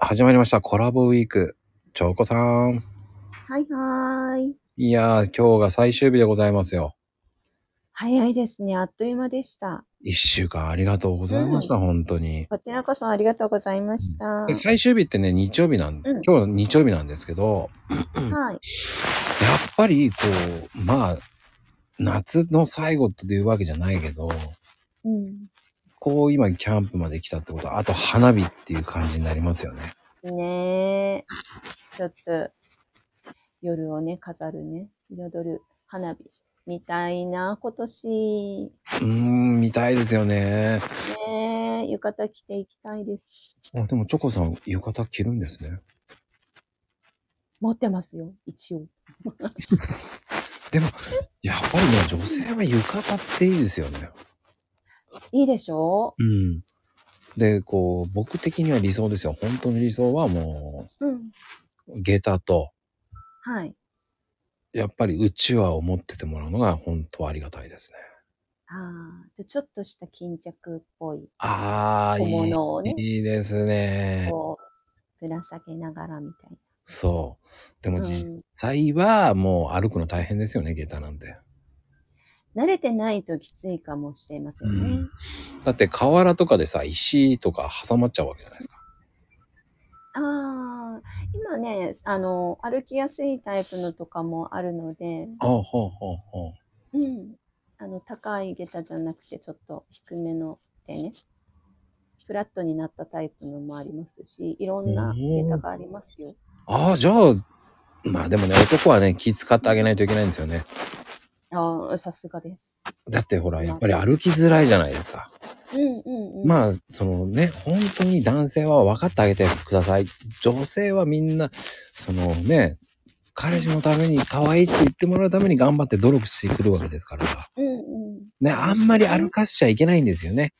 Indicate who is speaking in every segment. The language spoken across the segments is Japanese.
Speaker 1: 始まりました。コラボウィーク。チョコさん。
Speaker 2: はいはーい。
Speaker 1: いやー、今日が最終日でございますよ。
Speaker 2: 早いですね。あっという間でした。
Speaker 1: 一週間ありがとうございました、本当に。
Speaker 2: こちらこそありがとうございました。は
Speaker 1: で最終日ってね、日曜日なん、
Speaker 2: うん
Speaker 1: 今日日曜日なんですけど、
Speaker 2: い。
Speaker 1: やっぱり、こう、まあ、夏の最後というわけじゃないけど、
Speaker 2: うん。
Speaker 1: こう今キャンプまで来たってことは、あと花火っていう感じになりますよね。
Speaker 2: ねえ。ちょっと、夜をね、飾るね、彩る花火みたいな、今年。
Speaker 1: うーん、見たいですよね。
Speaker 2: ねえ、浴衣着ていきたいです。
Speaker 1: あでも、チョコさん、浴衣着るんですね。
Speaker 2: 持ってますよ、一応。
Speaker 1: やっぱりね、女性は浴衣っていいですよね。
Speaker 2: いいでしょ
Speaker 1: うん。で、こう、僕的には理想ですよ。本当に理想はも
Speaker 2: ううん。
Speaker 1: う、下駄と、
Speaker 2: はい。
Speaker 1: やっぱりうちわを持っててもらうのが本当はありがたいですね。
Speaker 2: ああ、でちょっとした巾着っぽい
Speaker 1: ああ、
Speaker 2: 小
Speaker 1: いい、
Speaker 2: 物をね、
Speaker 1: いいですね。
Speaker 2: こう、ぶら下げながらみたい
Speaker 1: そう。で
Speaker 2: な。
Speaker 1: も
Speaker 2: う
Speaker 1: 実
Speaker 2: ん
Speaker 1: 際はもう歩くの大変ですよね、下駄なんて。
Speaker 2: 慣れてないときついかもしれませんね。
Speaker 1: だって河原とかでさ、石とか挟まっちゃうわけじゃないですか。
Speaker 2: ああ、今ね、あの、歩きやすいタイプのとかもあるので、
Speaker 1: ああ、ほうほうほう。
Speaker 2: うん。あの、高い下駄じゃなくて、ちょっと低めのでね、フラットになったタイプのもありますし、いろんな下駄がありますよ。
Speaker 1: ああ、じゃあ、まあでもね、男はね、気使ってあげないといけないんですよね。
Speaker 2: ああ、さすがです。
Speaker 1: だってほら、やっぱり歩きづらいじゃないですか。
Speaker 2: うんうんうん。あ、
Speaker 1: まあ、そのね、本当に男性は分かってあげてください。女性はみんな、そのね、彼氏のために可愛いって言ってもらうために頑張って努力してくるわけですから、
Speaker 2: うんうん。
Speaker 1: ね、あんまり歩かしちゃいけないんですよね。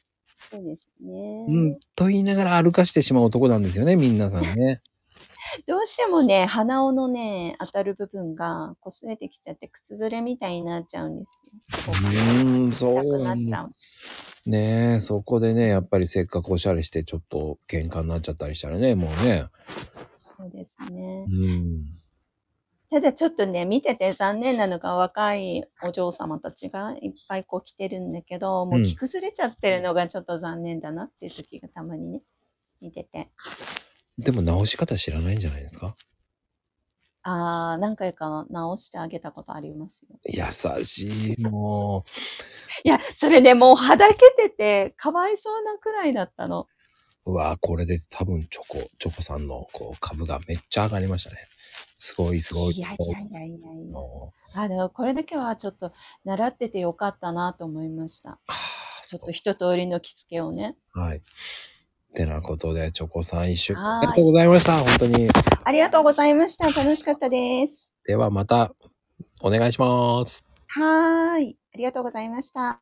Speaker 2: そうですね。
Speaker 1: うん、と言いながら歩かしてしまう男なんですよね、みんなさんね。
Speaker 2: どうしてもね、鼻緒のね、当たる部分が擦れてきちゃって、靴ずれみたいになっちゃうんです
Speaker 1: う
Speaker 2: よ。
Speaker 1: ーん、そ
Speaker 2: 痛
Speaker 1: う
Speaker 2: く
Speaker 1: な
Speaker 2: なっ
Speaker 1: ん
Speaker 2: ちゃ
Speaker 1: だ。
Speaker 2: う。
Speaker 1: ねえ、そこでね、やっぱりせっかくおしゃれしてちょっと喧嘩になっちゃったりしたらね、もうね。
Speaker 2: そうですね
Speaker 1: う。ん。
Speaker 2: ただちょっとね、見てて残念なのが若いお嬢様たちがいっぱいこう来てるんだけど、もう着崩れちゃってるのがちょっと残念だなっていう時がたまにね、見てて。
Speaker 1: でも直し方知らないんじゃないですか
Speaker 2: あー、何回か直してあげたことありますよ。
Speaker 1: 優しい、もう。
Speaker 2: いや、それでもうはだけてて、かわいそうなくらいだったの。
Speaker 1: うわぁこれで多分チョコ、チョコさんのこう株がめっちゃ上がりましたね。すごいすごい。
Speaker 2: いやいやいやいやいや。
Speaker 1: もう
Speaker 2: あの、これだけはちょっと習っててよかったなと思いました。
Speaker 1: あ
Speaker 2: ちょっと一通りの着付けをね。
Speaker 1: ーはい。てなことで、チョコさん一週
Speaker 2: は
Speaker 1: あり
Speaker 2: ーい
Speaker 1: がとうございました。本当に。
Speaker 2: ありがとうございました。楽しかったです。
Speaker 1: ではまた、お願いします。
Speaker 2: はーい。ありがとうございました。